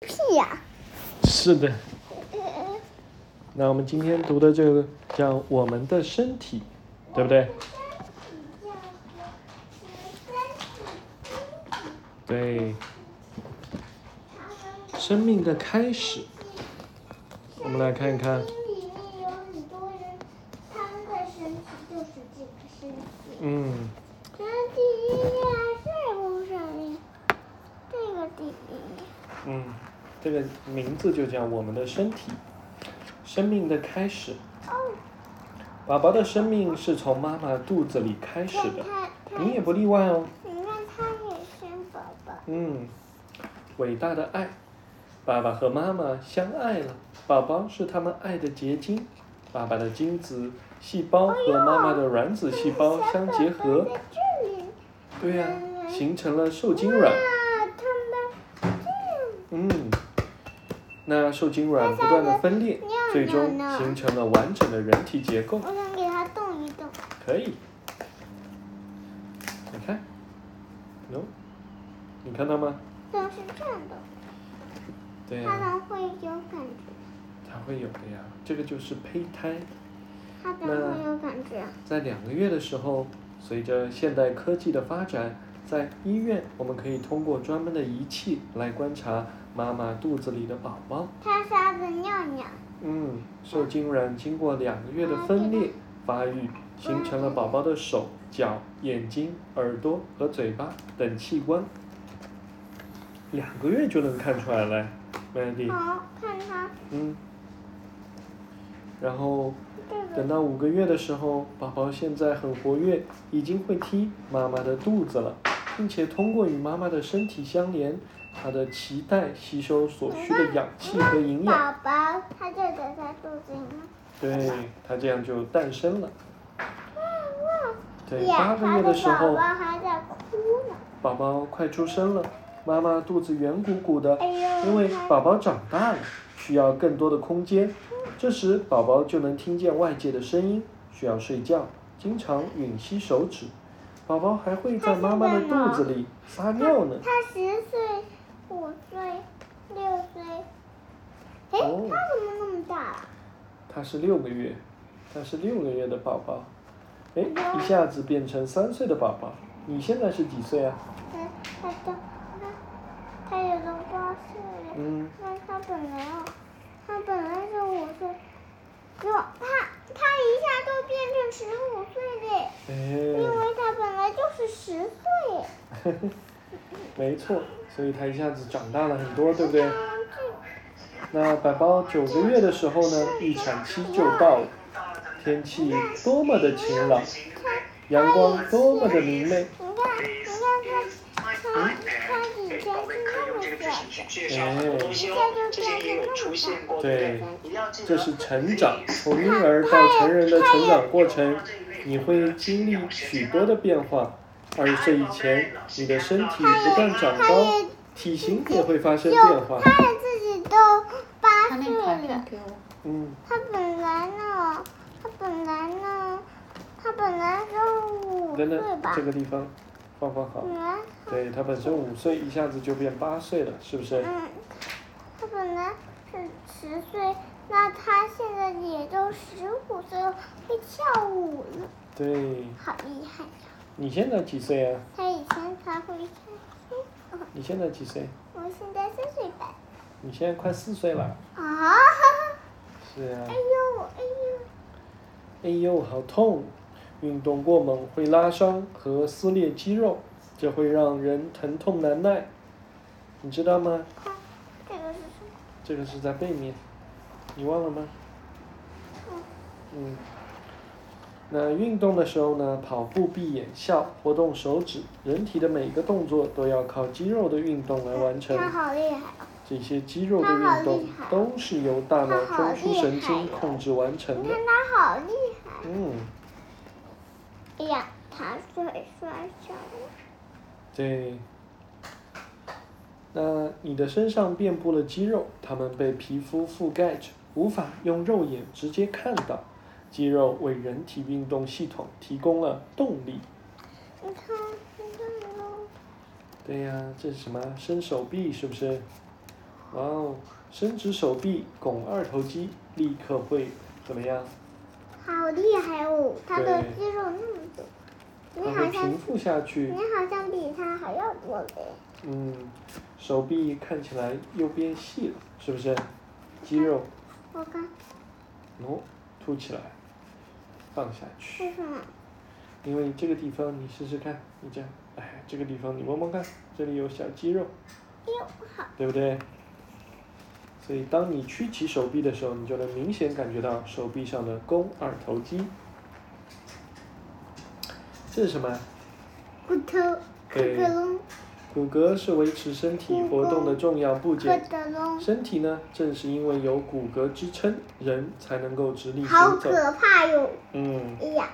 屁呀、是的。那我们今天读的这个叫《我们的身体》，对不对？对，生命的开始。我们来看一看，里面有很多人，他们的身体就是这个身体。嗯，然后第一页这个上面，这个第一页，嗯，这个名字就叫我们的身体，生命的开始。哦，宝宝的生命是从妈妈肚子里开你始看的，它，它，你也不例外哦。你看它也是宝宝，嗯，伟大的爱，爸爸和妈妈相爱了，宝宝是他们爱的结晶。爸爸的精子细胞和妈妈的卵子细胞相结合，在这里，对呀、形成了受精卵。哇，它们嗯，那受精卵不断的分裂，最终形成了完整的人体结构。这，我想给它动一动，可以，你看，喏、你看到吗？像是这样的，对啊呀、它能会有感觉，它会有的呀。这个就是胚胎。它怎么会有感觉？在两个月的时候，随着现代科技的发展，在医院我们可以通过专门的仪器来观察妈妈肚子里的宝宝。它啥子尿尿？嗯，受精卵经过两个月的分裂发育，形成了宝宝的手、脚、眼睛、耳朵和嘴巴等器官。两个月就能看出来了，Mandy。好，看它嗯，然后这个等到五个月的时候，宝宝现在很活跃，已经会踢妈妈的肚子了，并且通过与妈妈的身体相连，它的脐带吸收所需的氧气和营养，宝宝，它就在它肚子里面。对，它这样就诞生了。对，呀八个月的时候宝宝，还在哭呢。宝宝快出生了，妈妈肚子圆鼓鼓的，哎呦，因为它宝宝长大了，需要更多的空间，这时宝宝就能听见外界的声音，需要睡觉，经常吮吸手指。宝宝还会在妈妈的肚子里撒尿呢。它十岁、五岁、六岁，哎，它怎哦么那么大啊了？他是六个月，他是六个月的宝宝，哎，一下子变成三岁的宝宝。你现在是几岁啊？它它都它它也都八岁了。嗯，那它本来啊，它本来是五岁，就它它一下就变成十五岁嘞，因哎， 为它本来就是十岁。没错，所以他一下子长大了很多，对不对？嗯，这那宝宝九个月的时候呢，预产期就到了，天气多么的晴朗，阳光多么的明媚，你看，你看哎他，他他以前是那么小的，之前也有出现过，对，这这是是成成长长，从婴儿到成人的成长过程，你会经历许多的变化。二十岁以前，你的身体不断长高，体型也会发生变化。他也自己都八他那岁个卡片了。给我，嗯，他本来呢，他本来呢，他本来是五等等岁，吧这？个地方放放好。本来，对他本身五岁，一下子就变八岁了，是不是？嗯，他本来是十岁，那他现在也就十五岁了，会跳舞了，对，好厉害呀！你现在几岁啊？他以前才会跳舞，你现在几岁？我现在三岁半。你现在快四岁了。啊！哈哈是啊哎。呦，哎呦，哎呦，好痛！运动过猛会拉伤和撕裂肌肉，这会让人疼痛难耐。你知道吗？这个是什么？这个是在背面，你忘了吗？嗯。那运动的时候呢，跑步、闭眼、笑、活动手指，人体的每个动作都要靠肌肉的运动来完成。他好厉害哦！这些肌肉的运动都是由大脑中枢神经控制完成你的看。他好厉害！嗯，哎呀，他睡摔跤了。对。那你的身上遍布了肌肉，它们被皮肤覆盖着，无法用肉眼直接看到。肌肉为人体运动系统提供了动力。你看，你看哟，对呀、这是什么？伸手臂是不是？哇哦，伸直手臂拱二头肌，立刻会怎么样？好厉害哦！他的对肌肉那么多，它你会好像平复下去你。好像比他还要多呗。嗯，手臂看起来又变细了，是不是？肌肉我看哦，凸起来，放下去。为什么？因为这个地方你试试看，你这样，哎，这个地方你摸摸看，这里有小肌肉，哟，好，对不对？所以当你屈起手臂的时候，你就能明显感觉到手臂上的肱二头肌。这是什么啊？骨头咯对咯隆，骨骼是维持身体活动的重要部咯件。咯隆，身体呢，正是因为有骨骼支撑，人才能够直立好行走。可怕哟！嗯，哎呀，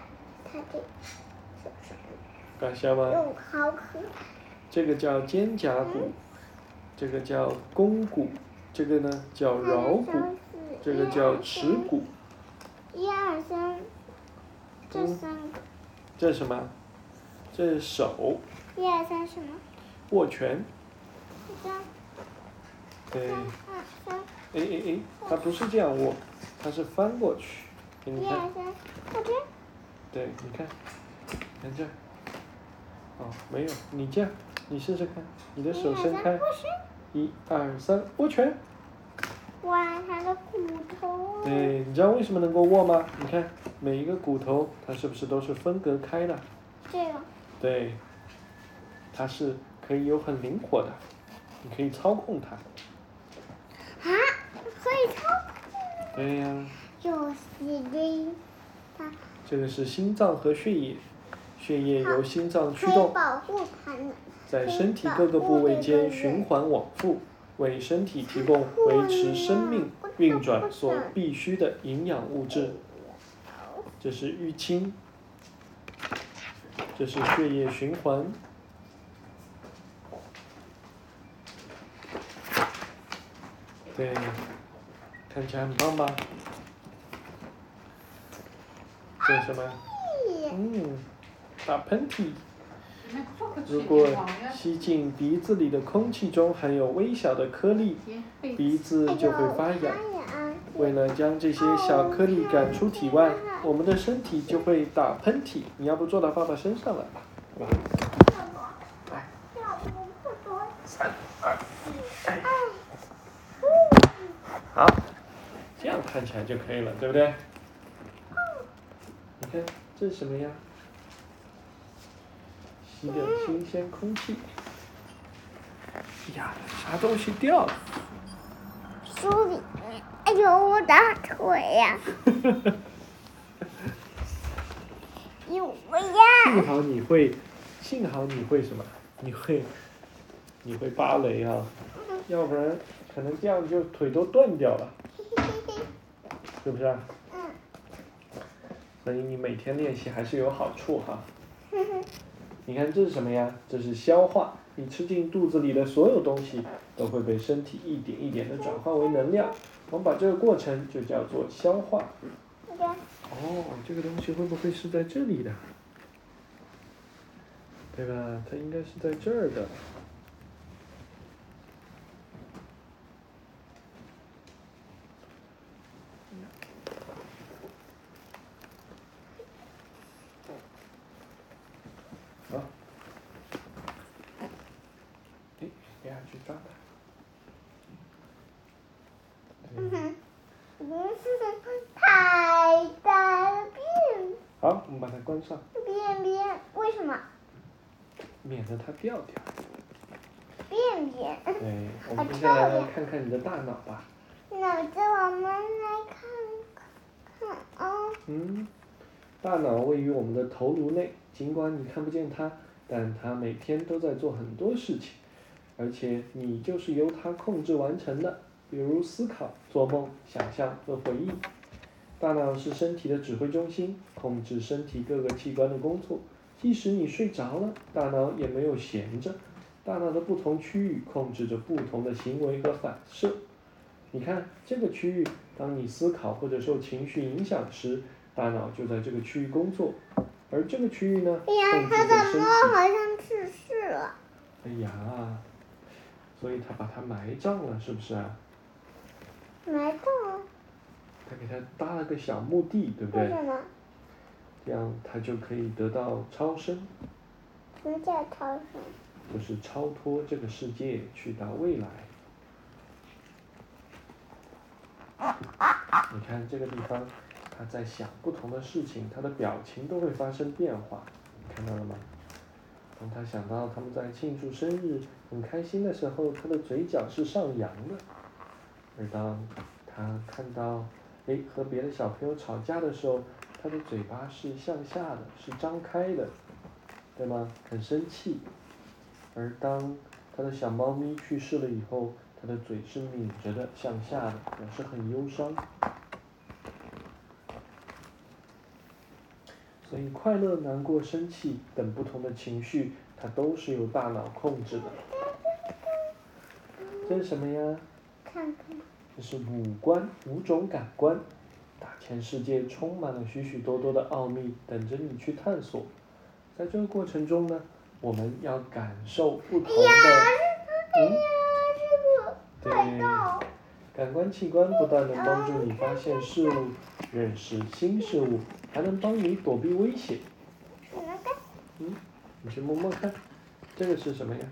他这手上感谢吗？又好可这个叫肩胛骨，这个叫肱骨，这个呢叫怕，桡骨，这个叫尺骨。嗯一二三，这三个，这是什么？这是手一二三什么？握拳。三哎三二三，哎哎哎，它不是这样握，它是翻过去。给你一看二，三，我这对，你看，你看这儿。哦，没有，你这样，你试试看，你的一手二伸三，开，不是，一二三，握拳。哇，他的骨头，对，哎你知道为什么能够握吗？你看每一个骨头，它是不是都是分隔开的？这个，对，它是可以有很灵活的，你可以操控它。啊，可以操控，对呀、有细菌，它这个是心脏和血液，血液由心脏驱可以动，保护它们，在身体各个部位间循环往复，为身体提供维持生命运转所必需的营养物质。这是淤青，这是血液循环。对，看起来很棒吧？这是什么？嗯，打喷嚏。如果吸进鼻子里的空气中含有微小的颗粒，鼻子就会发痒。为了将这些小颗粒赶出体外，我们的身体就会打喷嚏。你要不坐到爸爸身上来吧？好吧好，这样看起来就可以了，对不对？你看这是什么呀？吸点新鲜空气。哎呀，啥东西掉了？ 书里面，哎呦，我打腿呀、有我幸呀，好你会，幸好你会什么？你会，你会芭蕾啊，要不然可能这样就腿都断掉了，是不是啊？嗯，所以你每天练习还是有好处哈。你看这是什么呀？这是消化，你吃进肚子里的所有东西都会被身体一点一点的转化为能量，我们把这个过程就叫做消化。这个哦，这个东西会不会是在这里的？对吧？它应该是在这儿的。好，哎，等下去抓它。嗯哼，嗯太大了，便好，我们把它关上。便便，为什么免得它掉掉。便便？对，哎我们接下来来看看你的大脑吧。脑子，我们来看看看哦，嗯，大脑位于我们的头颅内，尽管你看不见它，但它每天都在做很多事情，而且你就是由它控制完成的，比如思考、做梦、想象和回忆。大脑是身体的指挥中心，控制身体各个器官的工作。即使你睡着了，大脑也没有闲着。大脑的不同区域控制着不同的行为和反射。你看这个区域，当你思考或者受情绪影响时，大脑就在这个区域工作，而这个区域呢，哎呀控，制他着的身猫体。好像去世了，哎哎呀，所以他把它埋葬了，是不是啊？埋葬了，他给他搭了个小墓地，对不为对？什么？这样他就可以得到超生，什么叫超生？就是超脱这个世界，去到未来。你看这个地方，他在想不同的事情，他的表情都会发生变化，你看到了吗？当他想到他们在庆祝生日很开心的时候，他的嘴角是上扬的；而当他看到诶和别的小朋友吵架的时候，他的嘴巴是向下的，是张开的，对吗？很生气。而当他的小猫咪去世了以后，他的嘴是抿着的，向下的，表示很忧伤。所以快乐、难过、生气等不同的情绪，它都是由大脑控制的。这是什么呀？看看，这是五官，五种感官。大千世界充满了许许多多的奥秘，等着你去探索。在这个过程中呢，我们要感受不同的，嗯，啊呀，这个快到，感官器官不但能帮助你发现事物、认识新事物，还能帮你躲避危险。我来看，嗯，你去摸摸看，这个是什么呀？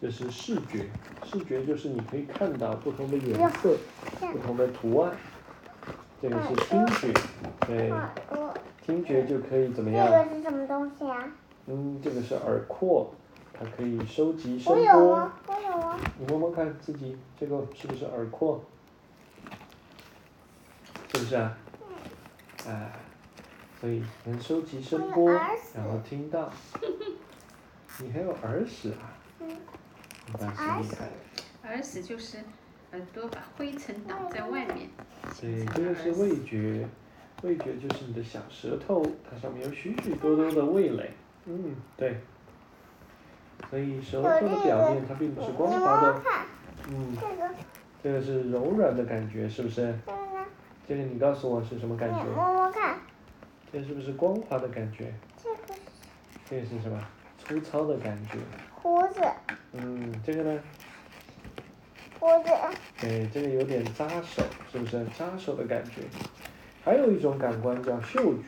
这是视觉，视觉就是你可以看到不同的颜色、不同的图案。这个是听觉，对，耳朵，听觉就可以怎么这样？个是什么东西啊？嗯，这个是耳廓，它可以收集声我有波。啊，我有啊，你摸摸看自己这个是不是耳廓？是不是啊？啊，所以能收集声波，我有耳屎然后听到。你还有耳屎啊？嗯，你倒是耳厉屎害。耳屎就是耳朵把灰尘挡在外面。对，这个是味觉，味觉就是你的小舌头，它上面有许许多多的味蕾。嗯，对。所以舌头的表面它并不是光你摸滑摸的，看，嗯，这个，这个是柔软的感觉，是不是？这个呢，这个你告诉我是什么感你觉？摸摸看，这是不是光滑的感觉？这个是这个是什么？粗糙的感觉。胡子，嗯，这个呢？胡子，对，这个哎有点扎手，是不是扎手的感觉？还有一种感官叫嗅觉，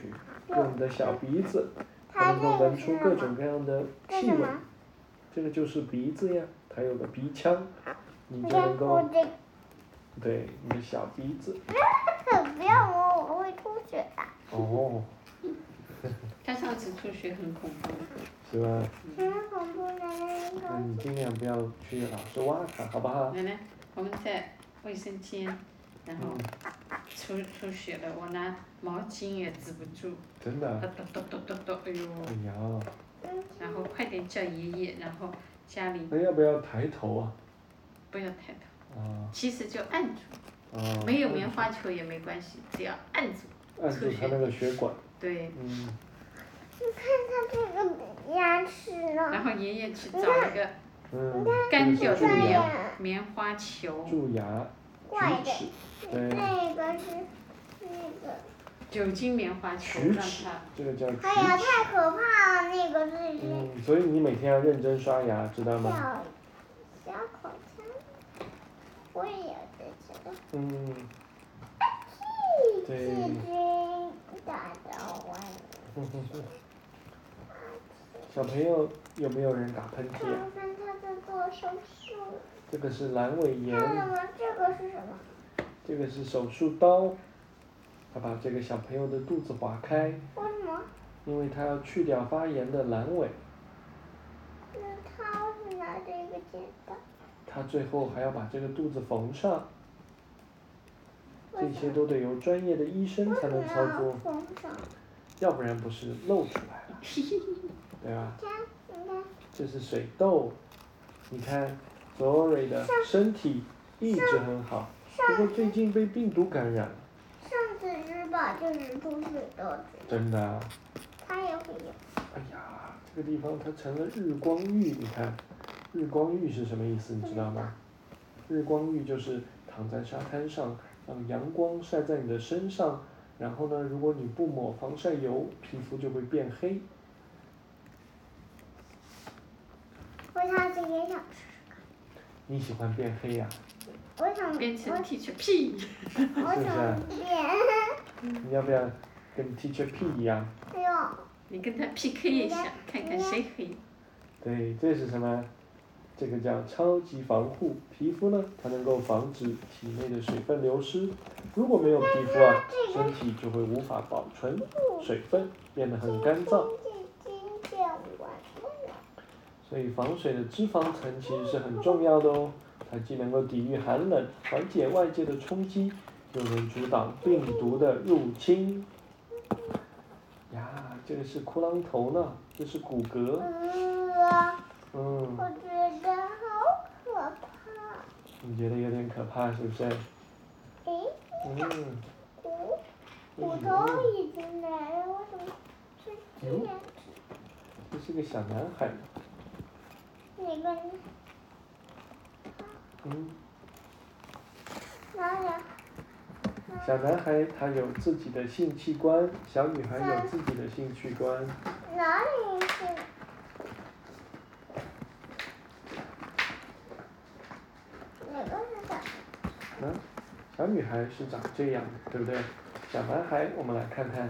用你的小鼻子，它它能这够个闻是出什各么种？各样的这气什味么。？这个就是鼻子呀，它有个鼻腔，你你就看能我够这对你的小鼻子。个，不要摸我，我会吐血的。哦，他上次吐血很恐怖，是吧？很恐怖的那个。那你尽量不要去老是挖它，好不好？奶奶，我们在卫生间，然后嗯，出出血了，我拿毛巾也止不住，真的抖啊。抖抖抖抖抖，哎呦！哎呀。嗯然后快点叫爷爷，然后家里那要不要抬头啊？不要抬头，啊其实就按住，啊！没有棉花球也没关系，只要按住，按住它那个血管，对。嗯，你看它这个牙齿然呢，后爷爷去找一个嗯，干这掉个是的蛀对牙，呀，棉花球，蛀牙，龋齿，对，那个是那个，酒精棉花球龋让齿它，这个叫哎呀，龋齿，太可怕了，那个是是嗯，所以你每天要认真刷牙，知道吗？小小口腔，我也有这个，嗯，细对菌打到我，哼哼哼小朋友有没有人打喷看嚏啊？看他在做手术，这个是阑尾炎，看了吗？这个是什么？这个是手术刀，他把这个小朋友的肚子划开，为什么？因为他要去掉发炎的阑尾。那他为什么拿这个剪刀？他最后还要把这个肚子缝上，为这什些么都得由专业的医生才能操作，封上。要不然不是露出来 了，对吧？看，你看，这是水痘，你看 Zory 的身体一直很好，不过最近被病毒感染了，上次吃饱就是吐水豆子，真的啊、他也会有。哎呀，这个地方它成了日光浴，你看，日光浴是什么意思？你知道吗？日光浴就是躺在沙滩上，让阳光晒在你的身上，然后呢，如果你不抹防晒油，皮肤就会变黑。我下次也想吃。你喜欢变黑呀、我想变成我 teacher P，我想变，你要不要跟 Teacher P 一样？哎呦，你跟他 PK 一下，看看谁黑。对，这是什么？这个叫超级防护。皮肤呢，它能够防止体内的水分流失。如果没有皮肤啊，身体就会无法保存水分，变得很干燥。今天今天玩了，所以防水的脂肪层其实是很重要的哦，它既能够抵御寒冷，缓解外界的冲击，又能阻挡病毒的入侵。呀，这个是骷髅头呢，这是骨骼，呃，嗯，我觉得好可怕。你觉得有点可怕是不是？诶，嗯，骨骨嗯头已经来了，为什么是这样？这是个小男孩，哪个嗯，哪里？小男孩他有自己的性器官，小女孩有自己的性器官，哪里是？哪个是小？嗯，小女孩是长这样，对不对？小男孩，我们来看看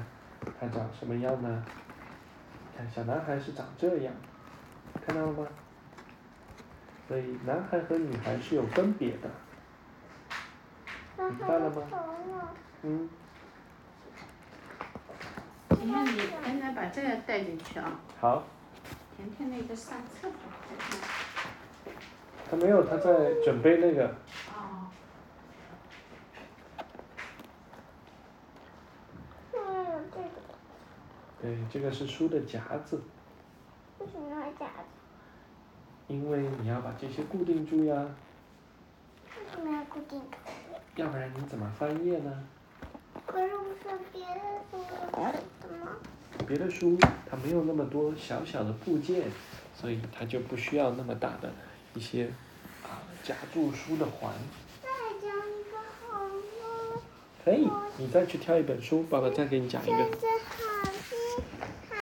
他长什么样呢？看小男孩是长这样，看到了吗？所以男孩和女孩是有分别的，那明还白了有吗头呢？嗯，嗯那哎你刚才把这个带进去啊，好，甜甜那个上厕所。他没有，他在准备那个，哦，那有嗯这个，对，哎这个是书的夹子，为什么要夹子？因为你要把这些固定住呀，为什么要固定？要不然你怎么翻页呢？可是我是别的书怎么？别的书它没有那么多小小的部件，所以它就不需要那么大的一些啊夹住书的环。再讲一个好吗？可以，你再去挑一本书，爸爸再给你讲一这个。是